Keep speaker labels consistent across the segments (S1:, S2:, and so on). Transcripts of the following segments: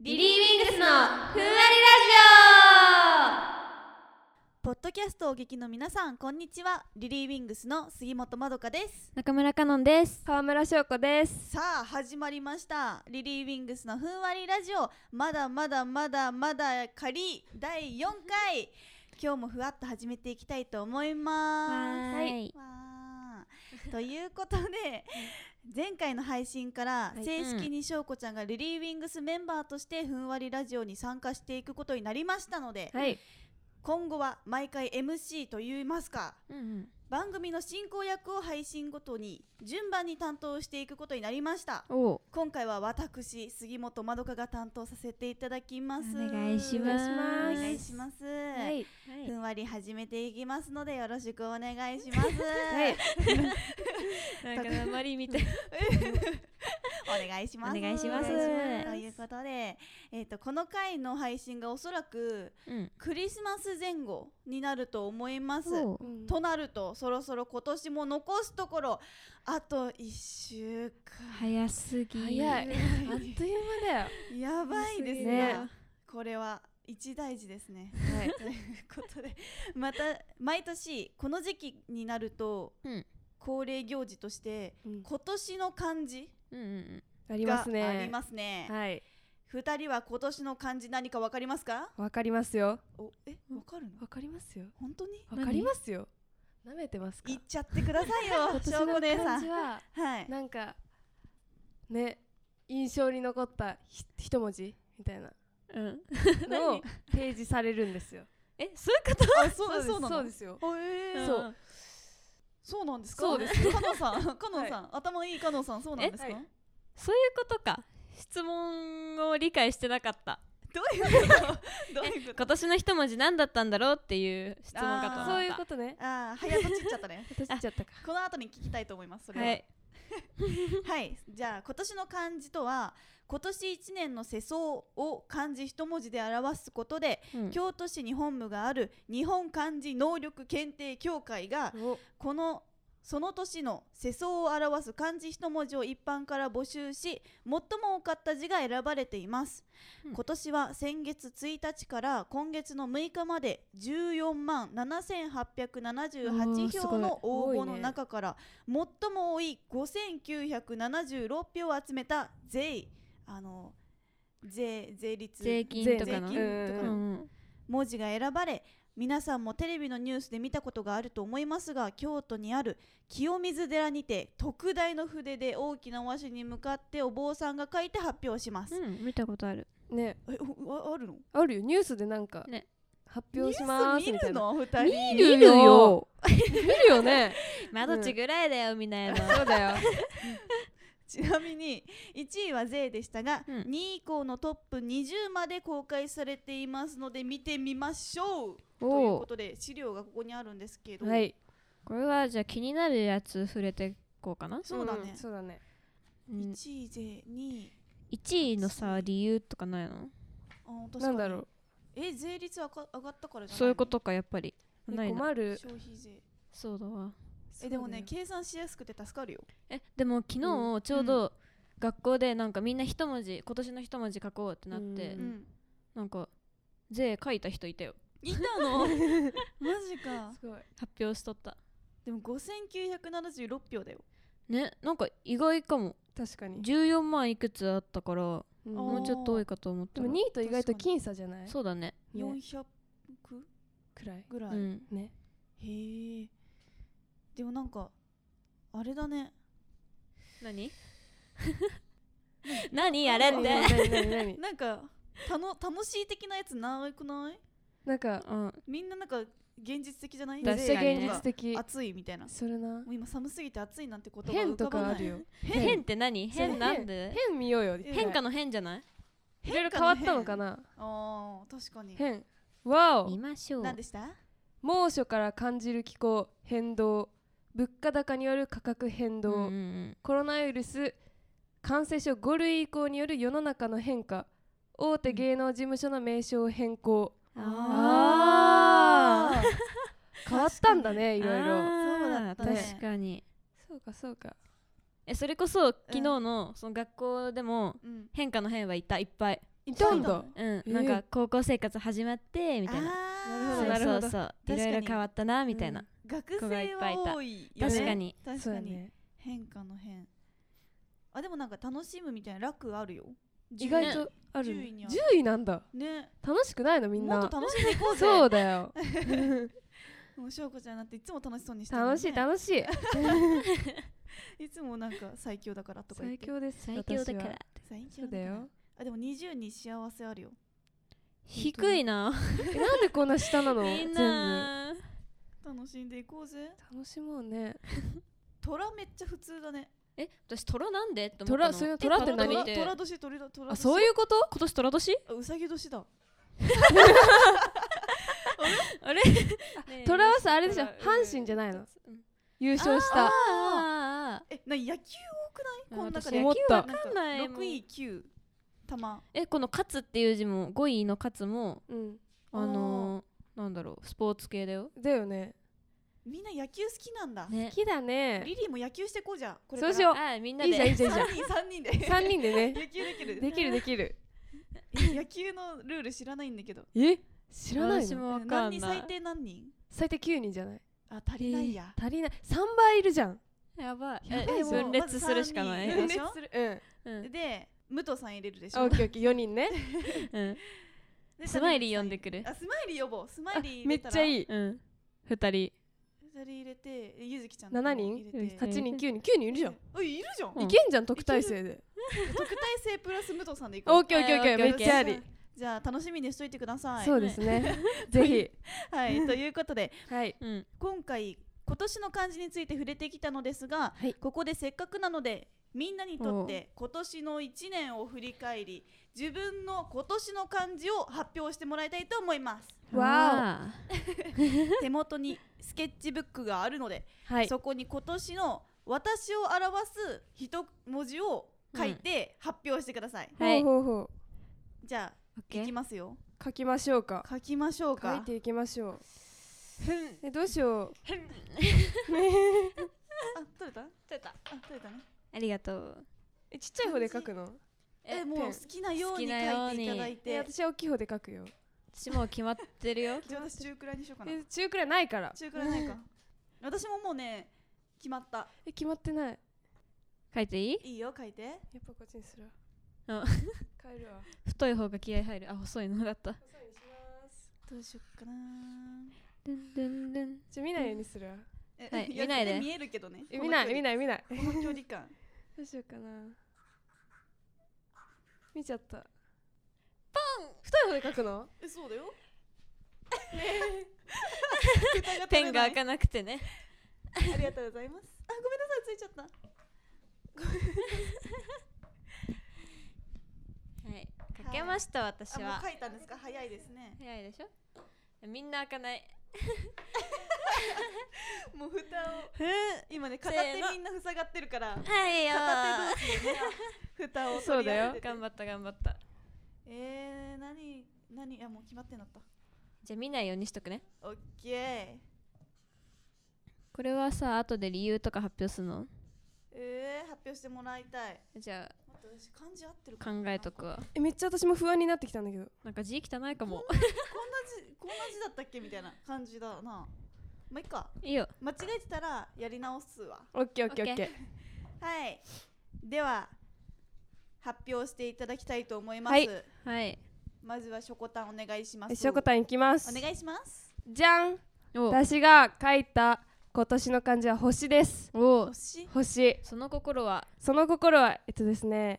S1: リリーウィングスのふんわりラジ
S2: ポッドキャストをお聞きの皆さんこんにちはリリーウィングスの杉本まどかです
S1: オ中村かのんです川村翔子です
S2: さあ始まりましたリリーウィングスのふんわりラジオまだまだまだまだ仮第4回今日もふわっと始めていきたいと思います
S1: はーい
S2: わーということで前回の配信から
S1: はい
S2: 正式に翔子ちゃんがリリーウィングスメンバーとしてふんわりラジオに参加していくことになりましたので、
S1: はい
S2: 今後は毎回 MC と言いますか
S1: うんうん
S2: 番組の進行役を配信ごとに順番に担当していくことになりました
S1: おお
S2: 今回は私杉本まどかが担当させていただきます
S1: お願いします
S2: お願いします、
S1: はい
S2: ふんわり始めていきますのでよろしくお願いします、
S1: なんか鉛みたい
S2: お願いします
S1: お願いします
S2: ということで、えっとこの回の配信がおそらく
S1: うん
S2: クリスマス前後になると思います
S1: お
S2: となるとそろそろ今年も残すところあと1週間
S1: 早すぎ
S3: 早いあっという間だよ。
S2: やばいですね
S1: ね
S2: これは一大事ですね
S3: はい。
S2: ということでまた毎年この時期になると、
S1: うん
S2: 恒例行事として
S3: うん
S2: 今年の漢字
S1: うんうん
S3: あり
S2: が
S3: ますね。
S2: ありますね
S3: はい。
S2: 二人は今年の漢字何かわかりますか
S3: わかりますよ。
S2: おえわかるの
S3: わかりますよ。
S2: 本当に
S3: わかりますよ。舐めてますか
S2: 言っ。ちゃってください よ
S3: 私
S2: 翔子
S3: の
S2: 姉さ
S3: 感じ
S2: ん
S3: は
S2: はい
S3: なんかね印象に残ったひ一文字みたいな
S1: うんうん
S3: のを提示されるんですよ。
S1: えそういうこと
S2: あそう
S3: です
S2: そうな
S3: そう
S2: の
S3: ですよ。
S2: あえー
S3: そう
S2: そうなんですか。。
S3: そうです
S2: かのさん、かのさん、頭いいかのさん、そうなんですか。
S3: え
S2: ど
S3: は
S1: そういうことか質問を理解してなかった
S2: ういうこと。どういうこ
S1: 今
S2: と。
S1: 年の一文字なんだったんだろうっていう質問かと思
S2: あ
S1: っ
S2: ー
S1: た
S3: そういうことね。
S2: ああ、早とちっちゃったね。
S3: 私言っちゃったか。
S2: この後に聞きたいと思います。それは。
S1: は
S2: はい
S1: い、
S2: じゃあ、今年の漢字とは。今年一年の世相を漢字一文字で表すことで、
S1: うん
S2: 京都市に本部がある日本漢字能力検定協会が
S3: お
S2: このその年の世相を表す漢字一文字を一般から募集し最も多かった字が選ばれています、
S1: うん
S2: 今年は先月1日から今月の6日まで14万7878票の応募の中から最も多い5976票を集めた税あの税税率
S1: 税金とかの
S2: 税金とかの
S1: うんうん
S2: 文字が選ばれ皆さんもテレビのニュースで見たことがあると思いますが京都にある清水寺にて特大の筆で大きな和紙に向かってお坊さんが書いて発表します、
S1: うん見たことある
S3: ね
S2: えおああるの
S3: あるよニュースでなんか
S1: ね
S3: 発表しますみ
S2: 見
S3: た
S2: る
S3: いな。
S2: の二人
S3: 見
S1: るよ
S3: るよ。見るよね。
S1: 窓ちぐらいだよみたいな
S3: そうだよ。
S2: ちなみに1位は税でしたが、
S1: うん
S2: 2位以降のトップ20まで公開されていますので見てみましょうというこ
S3: お
S2: とで資料がここにあるんですけど、
S3: お。はい。
S1: これはじゃあ気になるやつ触れていこうかな、
S2: そうだね
S3: ん、そうだね。
S1: うん、
S2: 1位税2位
S1: 1位のさ理由とかないの
S2: あ確かに
S3: なんだろう。
S2: え税率上が上がったからじゃないの
S1: そういうことかやっぱりな
S3: え
S1: いな
S3: 困る
S2: 消費税
S1: そうだわ
S2: えでもね
S3: そう
S2: 計算しやすくて助かるよ
S1: えでも昨日ちょうど学校でなんかみんな一文字今年の一文字書こうってなって、
S3: う
S2: うんん
S1: なんか「税」書いた人いたよ
S2: いたのマジか
S3: だよ
S1: 発表しとった
S2: でも5976票だよ
S1: ねなんか意外かも
S3: すごい確かに、
S1: 14万いくつあったから
S3: うん
S2: あー
S1: もうちょっと多いかと思っ
S3: で
S1: たら
S3: も2位と意外と僅差じゃない
S1: そうだね
S3: ね
S2: 400
S3: くらい
S2: ぐらい、
S1: うん
S3: ね
S2: へえでもなんかあれだね
S1: 何 何あれっ
S3: 何
S1: て
S3: 何何何
S2: なんかたの楽しい的なやつなくない
S3: なんか
S1: うん
S2: みんななんか現実的じゃない
S1: 確かにね
S3: めっちゃ現実的
S2: 暑いみたいなも
S3: それな
S2: う今寒すぎて暑いなんてことが
S3: 変
S2: 浮
S3: と
S2: かば
S3: か
S2: な
S3: あ
S2: い
S3: るよ
S1: 変って何
S3: そう
S1: 変なんで
S3: 変見ようよ
S2: 変
S1: 変化
S3: の
S1: の変じゃない
S3: いろいろ変わったのかな
S2: あー確かに
S3: 変わお
S1: 見ましょう
S2: 何でした
S3: 猛暑から感じる気候変動物価高による価格変動、
S1: うんうん
S3: コロナウイルス感染症5類以降による世の中の変化大手芸能事務所の名称を変更、
S1: うん
S3: あ
S2: あー
S3: 変わったんだねいろいろ
S2: そうだったね
S1: 確かに
S3: そうかそうか
S1: えそれこそ昨日のその学校でも
S2: うん
S1: 変化の変はいたいっぱい
S3: いたんだ
S1: うん、
S3: え
S1: なんか高校生活始まってみたいな
S2: あー
S3: なるほど
S1: そうそうそう
S2: 確か
S1: いろ
S2: に
S1: いろ変わったなみたいな、
S3: うん
S2: 学
S1: 子がい
S2: 生
S1: っぱいいた
S2: は多いよね
S1: 確かに
S2: 確
S3: そう
S2: か
S3: や
S2: に、
S3: ね
S2: 変化の変あでもなんか楽しむみたいな楽あるよ
S3: 意外とある
S2: 10位にある
S3: 10位なんだ
S2: ね
S3: 楽しくないのみん
S2: も
S3: な
S2: っと楽しんでいこうぜ
S3: そうだよ
S2: もう翔子ちゃんなんていつも楽しそうにしてるもん
S3: 楽しい楽しい
S2: いつもなんか最強だからとか言っ
S3: 最
S2: て
S3: 強です
S1: 最強だか
S3: 私
S1: ら
S3: は
S2: 最
S3: そうだ
S2: だから
S3: よ
S2: あでも20に幸せあるよ
S1: 低いな
S3: えなんでこんな下なの
S1: み
S3: 全
S1: ん
S3: 部
S1: な
S2: 楽しんでいこうぜ
S3: 楽しもうね
S2: 虎めっちゃ普通だね
S1: え私虎なんでって思っ
S3: 虎
S1: たの
S3: そういうの
S1: え
S3: 虎って
S1: 虎
S3: 何
S1: 見
S2: 虎
S1: て
S2: 虎年鳥だ虎年
S3: あそういうこと
S1: 今年虎年
S2: あうさぎ年だ
S1: あれ
S3: 虎はさあれでしょ
S1: うん
S3: 阪神じゃないの
S1: うん
S3: 優勝し
S1: あ
S3: た
S1: あ
S2: えなに野球多くないこの中
S1: 私
S2: で
S3: 思
S1: 野
S3: っ
S1: 球
S3: た
S1: わかんないもん
S2: 6位9玉
S1: えこの「勝つ」っていう字も5位の「勝つも」
S3: うん
S1: あのー、なんだろうスポーツ系だよ
S3: だよね
S2: みんな野球好きなんだ
S1: ね
S3: 好きだね
S2: リリーも野球してこうじゃんこれ
S3: そうしよう
S1: あみんない
S3: いじゃんい
S1: で
S3: いじゃんいいじ ゃ
S2: 3
S3: ん
S2: 人3人で
S3: 3人で ね
S2: 野球できる
S3: できるできる
S2: 野球のルール知らないんだけど
S3: え知らない
S1: 私
S3: の
S1: もわか
S2: 何人
S1: んな
S2: 最
S1: い
S2: 低何人
S3: 最低9人じゃない
S2: あ足りないや、
S3: 足りない3倍いるじゃん
S1: やばい
S3: やばい
S1: え
S3: ぞ
S1: 分裂するしかない
S2: え
S3: 分
S2: ま
S1: う
S2: ず
S3: 裂するうん
S1: ん
S2: で武藤さん入れるでし
S3: あ
S2: ょ
S3: オッケーオッケー4人ね
S1: うん
S2: で
S1: スマイリー呼んでくる
S2: あスマイリー呼ぼうスマイ
S3: あ
S2: リー
S3: めっちゃ
S2: い
S3: いい
S1: うん2人
S2: 二人入れてゆずきちゃん
S3: 7
S2: 入
S3: 人
S2: れて
S1: うん
S3: 8人9人9人いるじゃん
S2: あいるじゃん、
S1: うん
S3: いけんじゃん特待生で
S2: 特待生プラス武藤さんでいこ
S3: オ
S2: う
S3: ッケーオッケーオッケー
S1: オッケ
S3: め
S1: ーオッケー
S3: っちゃあり
S2: じゃあ楽しみにしといてください
S3: そうですね ぜひ
S2: はいということで
S3: はい
S1: うん
S2: 今回今年の漢字について触れてきたのですが、
S3: はい
S2: ここでせっかくなのでみんなにとって今年の1年を振り返り自分の今年の漢字を発表してもらいたいと思います
S3: わ
S2: 手元にスケッチブックがあるので、
S3: はい
S2: そこに今年の私を表す一文字を書いて発表してください、
S1: はい
S3: ほうほうほ
S2: じゃ
S1: オッ
S2: あ
S1: ケ
S2: いき
S1: ー
S2: ますよ
S3: う書きましょうか
S2: 書きましょう
S3: 書い
S2: か
S3: ていきましょうえどうしよう
S2: あ取れた
S1: 取れた
S2: あ取れたね
S1: ありがとう
S3: えちっちゃい方で書くの
S2: えもう
S3: ペ
S2: 好
S3: ン
S2: きなように書いていただい
S3: え
S2: て
S3: 私は大きい方で書くよ
S1: 私もう決まって るよ
S2: じゃあ私中くらいにしようかな
S3: え中くらいないから
S2: 中くらいないか私ももうね決まった
S3: え決まってないや
S1: 書いていい
S2: いいよ書いて
S3: っぱこっちにする
S1: わあ
S3: 変えるわ
S1: 太い方が気合入るあ細いのだった
S2: どうしよっかな
S1: ドゥンドゥンドゥン
S3: じゃあ見ないようにするわ
S2: え
S1: はい
S2: や
S1: 見ないで
S2: 見えるけどね
S3: え見ない見
S2: ない
S3: ない見ない
S2: この距離感
S3: どうしようかな見ちゃったパン太い方で書くの
S2: えそうだよ
S1: ペンが
S2: あ
S1: 開かなくてね
S2: ありがとうございますあごめんなさいついちゃった
S1: はい書けました私
S2: あも
S1: は
S2: う書いたんですか早いですね
S1: 早いでしょみんな開かない
S2: もう蓋を今ね片手みんな塞がってるから
S1: はい
S2: 片手同士でね蓋を取り合ってて
S1: 頑張った頑張った
S2: えー何何あもう決まってんのあっ
S1: じゃあ見ないようにしとくね
S2: たオッケー
S1: これはさ後で理由とか発表するの
S2: えー、発表してもらいたい
S1: じゃ
S2: 待って私漢字合ってる
S1: あ
S2: か
S1: 考
S2: な
S1: えとくわ
S3: えめっちゃ私も不安になってきたんだけど
S1: なんか字汚いかも
S2: こんな字こんな字だったっけみたいな感じだなまあいっか
S1: いいよ
S2: 間違えてたらやり直すわ
S3: オッケーオッケーオッケ
S1: オッ
S3: ー
S2: はいでは発表していただきたいと思います、
S3: はい
S1: はい
S2: まずはしょこたんお願いしま
S3: え
S2: す
S3: しょこたんいきます
S2: お願いします
S3: じゃん
S1: お
S3: 私が書いた今年の漢字は星です
S1: お
S2: 星
S3: 星
S1: その心は
S3: その心はえっとですね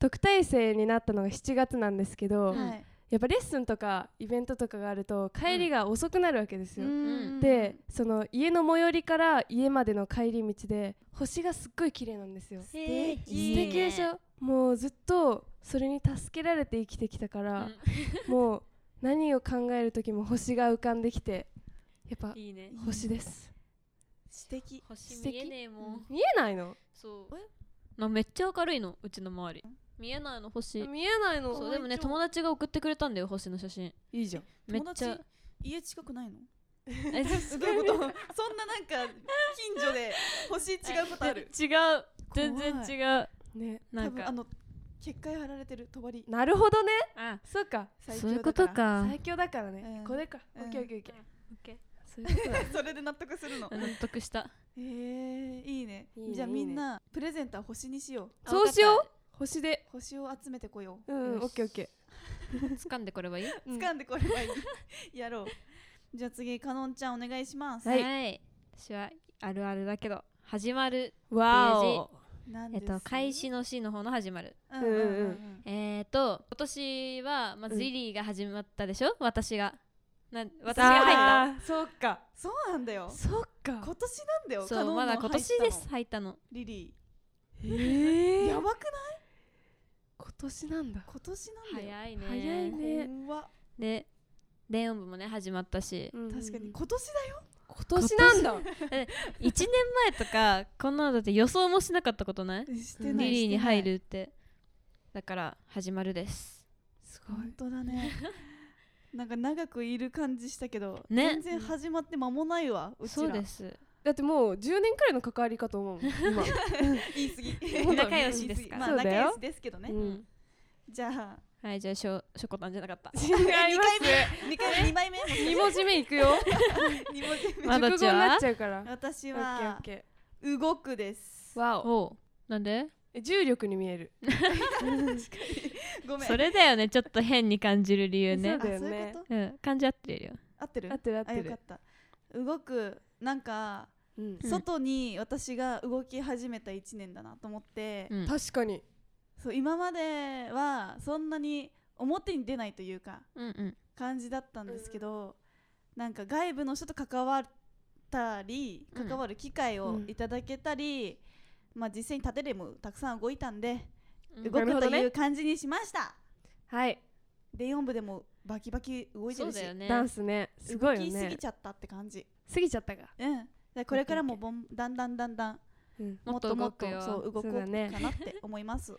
S3: 特待生になったのが7月なんですけど、
S1: うん
S2: はい
S3: やっぱレッスンとかイベントとかがあると帰りが遅くなるわけですよ、
S1: ん
S3: でその家の最寄りから家までの帰り道で星がすっごい綺麗なんですよ素
S1: 素
S2: 敵
S3: 敵でしょもうずっとそれに助けられて生きてきたから、 もう何を考える時も星が浮かんできてやっぱ
S1: いいね
S3: 星です
S2: 素敵
S1: 星
S3: 素
S1: 見
S3: 敵
S1: えねえもん
S3: 見えないの
S1: そうなめっちゃ明るいのうちの周り見えないの星
S3: 見えないの
S1: そうでもね
S2: 可愛い
S1: 友達が送ってくれたんだよ星の写 真
S3: いいじゃん
S1: めっ
S2: 友達
S1: ちゃ
S2: 家近くないの ど
S1: え
S2: ういうことそんななんか近所で星違うことある
S1: 違う全然違う
S3: ね
S1: な
S2: 多
S1: ん
S2: 分あ
S1: か
S2: の結界張られてるとばり
S3: なるほどね
S1: あ
S3: そうか
S2: 最
S1: そういうことか
S3: 最強だからね、
S2: うん
S3: これか、
S2: うん
S3: オッケーオッケーオッケー
S1: オッケー
S3: そういうことだ
S2: それで納得するの
S1: 納得した
S2: えー、いいね
S3: いいね
S2: じゃあ
S3: いいね
S2: みんなプレゼンター星にしよう
S3: そうしよう星で
S2: 星を集めてこよう、
S3: うん
S1: よし
S3: オッケーオッケ
S1: う掴んでこればいい
S3: ー、うん、
S2: 掴んでこればいい やろうじゃあ次かのんちゃんお願いします、
S1: はい、私はあるあるだけど始まる
S3: わお
S2: なん
S1: え
S2: で
S1: っ
S2: す
S1: と開始の C の方の始まる
S2: うんうんうん
S3: うんう
S1: えーと今年はまず
S3: うん
S1: リリーが始まったでしょ、私がな私が入った
S3: あーそうか
S2: そうなんだよ
S3: そうか
S2: 今年なんだよ
S1: そうまだ今年です入ったの
S2: リリ
S3: え
S2: ー
S3: ー
S2: やばくない
S3: 今年なんだ
S2: 今年なんだよ
S1: 早いね
S3: 早いね
S2: 怖
S1: で電音部もね始まったし
S2: 確かに
S3: 今
S2: 今年だよ
S3: 年なんだ
S1: 1年前とかこんなのだって予想もしなかったことない
S2: して
S1: リ
S2: ない
S1: リーに
S2: してない
S1: 入るってだから始まるです
S3: すご
S2: 本当だ ねなんか長くいる感じしたけど、
S1: ね
S2: 全然始まって間もないわうちら
S1: そうです
S3: だってもう10年くらいの関わりかと思うもん今
S2: 言い過ぎ
S1: 仲良しですから
S2: まあ
S3: そうだ
S2: 仲
S3: よ
S2: 良しですけどね、
S3: うん
S2: じゃあ
S1: はいじゃあしょしょこたんじゃなかった
S3: 違います
S2: 2回目2枚目
S3: 二文字目いくよ
S2: 二文字目
S1: まあどっ
S3: 熟
S1: ち
S3: 語
S1: は
S3: になっちゃうから
S2: 私
S3: オッケーオ
S2: は
S3: ッケ
S2: 動くです
S3: ーわお
S1: おうなんで
S3: え重力に見える
S2: ごめん
S1: それだよねちょっと変に感じる理由
S3: そ
S1: ね
S3: うだよね
S2: あそういうこ
S1: うん感じ合ってるよ
S2: と合ってる
S3: 合ってる合っ
S2: あ
S3: て
S2: よかっ
S3: る
S2: た動くなんか
S3: うん
S1: うん
S2: 外に私が動き始めた1年だなと思って、
S1: うん
S3: 確かに
S2: そう今まではそんなに表に出ないというか
S1: うんうん
S2: 感じだったんですけど、なんか外部の人と関わったり
S1: うん
S2: 関わる機会を
S3: うん
S2: いただけたり、まあ、実際に縦でもたくさん動いたんで、
S1: うん
S2: 動
S3: なる
S2: く
S3: ほ
S2: と
S3: どね
S2: いう感じにしました、
S3: はい
S2: で4部でもバキバキ動いて
S1: そ
S2: る
S1: う
S2: し、
S1: だよね
S3: ダンスねすごいよ
S2: 動きす
S3: ね
S2: ぎちゃったって感じ
S3: 過ぎちゃったか
S2: うんだからこれからもぼんだんだんだんだん
S3: うん
S1: も
S2: も
S1: っ
S2: っと
S1: と動
S2: もっ
S1: く
S2: と
S1: よ
S2: そう動こ
S3: そうう
S2: か
S3: だね
S2: なって思います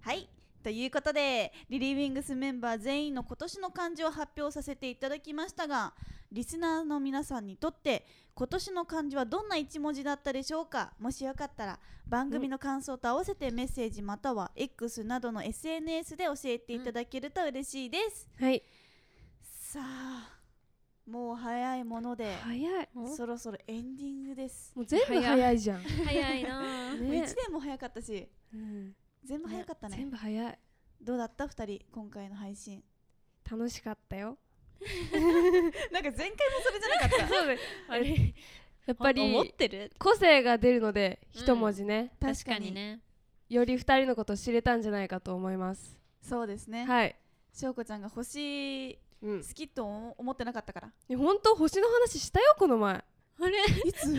S2: はいということでリリーウィングスメンバー全員の今年の漢字を発表させていただきましたがリスナーの皆さんにとって今年の漢字はどんな一文字だったでしょうかもしよかったら番組の感想と合わせてメッセージまたは X などの SNS で教えていただけると嬉しいです、
S3: はい
S2: さあもう早いもので、
S3: 早い
S1: お
S2: そろそろエンディングです
S3: もう全部早いじゃん
S1: 早いな
S2: も
S1: あ
S2: う
S3: ね
S2: 1年も早かったし
S3: うん
S2: 全部早かったね
S3: 全部早い
S2: どうだった2人今回の配信
S3: 楽しかったよ
S2: なんか前回もそれじゃなか った
S3: そうですあれやっぱ
S1: 思っ
S3: り
S1: てる
S3: 個性が出るので
S1: うん
S3: 一文字ね、
S1: 確かにね
S3: より二人のことを知れたんじゃないかと思います
S2: そうですね
S3: はい、
S2: 翔子ちゃんが星好
S3: うん、
S2: きとも思ってなかったから
S3: え本当星の話したよこの前
S1: あれ
S2: いつ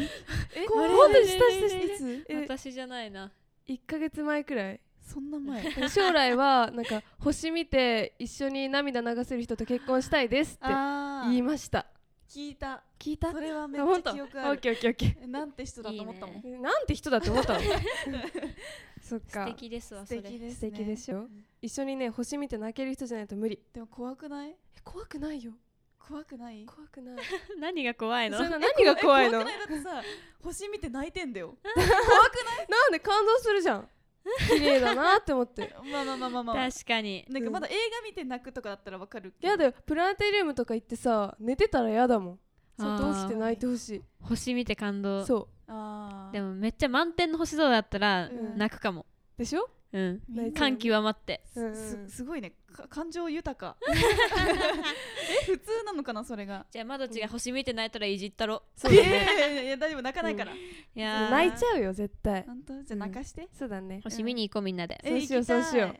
S3: え
S2: 怖い
S3: 本当にしたした
S1: ねえねえねえねえ
S3: し
S2: つ
S3: え
S1: 私じゃないな
S3: 1ヶ月前くらい
S2: そんな前
S3: 将来はなんか星見て一緒に涙流せる人と結婚したいですって
S2: あ
S3: 言いました
S2: 聞いた
S3: 聞いた
S2: それはめっ
S3: 本
S2: ち
S3: 当
S2: ゃ記
S3: オッ
S2: 憶ある
S3: ケーオッケーオッケ
S2: えなんて人だと思ったもん
S1: いい
S3: ーなんて人だって思った のそっ
S1: 素
S3: か
S1: 敵ですわ
S2: 素
S1: それ
S2: 敵です
S3: 素
S2: ね
S3: 敵でしょ
S2: ん
S3: 一緒にね星見て泣ける人じゃないと無理
S2: でも怖くない
S3: え怖くないよ
S2: 怖くない
S3: 怖くない
S1: 何が怖い
S3: それな何が怖いの
S2: え
S3: な
S2: 怖くないだってさ星見て泣いてんだよ
S3: んで感動するじゃん綺麗だなって思って
S2: まあまあまあまあまあ
S1: 確かに
S2: なんかまだ映画見て泣くとかだったらわかるけど
S3: やだよプラネタリウムとか行ってさ寝てたらやだもん
S1: あ
S3: ちょ
S1: ー
S3: っと起きて泣いてほしい
S1: 星見て感動
S3: そう
S2: あー
S1: でもめっちゃ満点の星空だったら
S3: うん
S1: 泣くかも
S3: でしょ
S1: うん
S2: みんな
S1: 感極まって
S3: うん
S2: すすごいねか感情豊 かえ普通なのかなそれが
S1: じゃあまどちが星見て泣いたらいじったろ
S3: そう
S2: い
S3: だ
S2: や
S3: ね
S2: いやいやいや大丈夫泣かないから、
S1: いや ー
S3: 泣いちゃうよ絶対
S2: 本当じゃあ泣かして、
S3: そうだね
S1: 星見に行こうみんなで
S3: んそうし
S2: え
S3: よう
S2: 行きたい
S3: そうしよ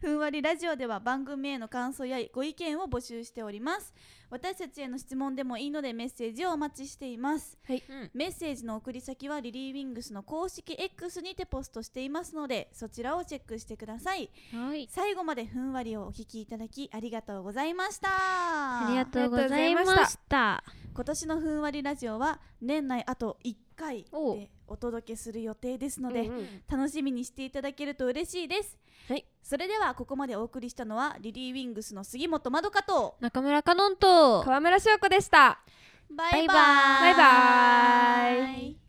S2: ふんわりラジオでは番組への感想やご意見を募集しております私たちへの質問でもいいのでメッセージをお待ちしています
S1: うん
S2: メッセージの送り先はリリー・ウィングスの公式 X にてポストしていますのでそちらをチェックしてください
S1: はい
S2: 最後までふんわりをお聞きいただきありがとうございました
S1: あ
S2: あ
S1: りがとうございま
S3: ありがとうございま
S1: し
S3: した
S2: 今年のふんわりラジオは年内あと1回
S1: おう
S2: でお届けする予定ですので、
S3: うんうん
S2: 楽しみにしていただけると嬉しいです、
S3: はい、
S2: それではここまでお送りしたのはリリー・ウィングスの杉本まどかと
S1: 中村かのんと
S3: 川村翔子でした
S2: バ
S1: イバ
S2: バイ
S1: イ
S2: バ
S3: バイバ
S2: イ